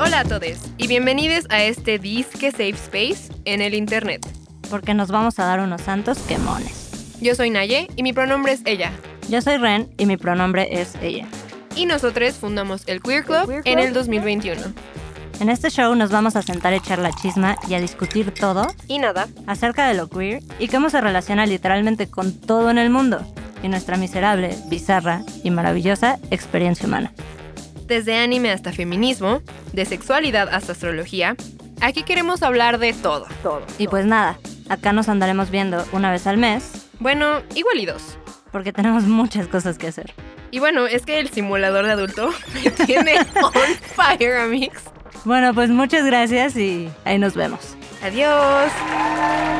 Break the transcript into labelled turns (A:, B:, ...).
A: Hola a todos y bienvenidos a este Disque Safe Space en el Internet.
B: porque nos vamos a dar unos santos quemones.
A: Yo soy Naye y mi pronombre es ella.
B: Yo soy Ren y mi pronombre es ella.
A: Y nosotros fundamos el Queer Club,
B: Queer
A: en
B: Club.
A: el 2021.
B: En este show nos vamos a sentar a echar la chisma y a discutir todo
A: Y nada,
B: acerca de lo queer y cómo se relaciona literalmente con todo en el mundo y nuestra miserable, bizarra y maravillosa experiencia humana.
A: desde anime hasta feminismo, de sexualidad hasta astrología, aquí queremos hablar de todo.
B: Y pues nada, acá nos andaremos viendo una vez al mes
A: Bueno, igual y dos.
B: porque tenemos muchas cosas que hacer.
A: Y bueno, es que el simulador de adulto me tiene on fire, amigos.
B: Bueno, pues muchas gracias y ahí nos vemos.
A: Adiós.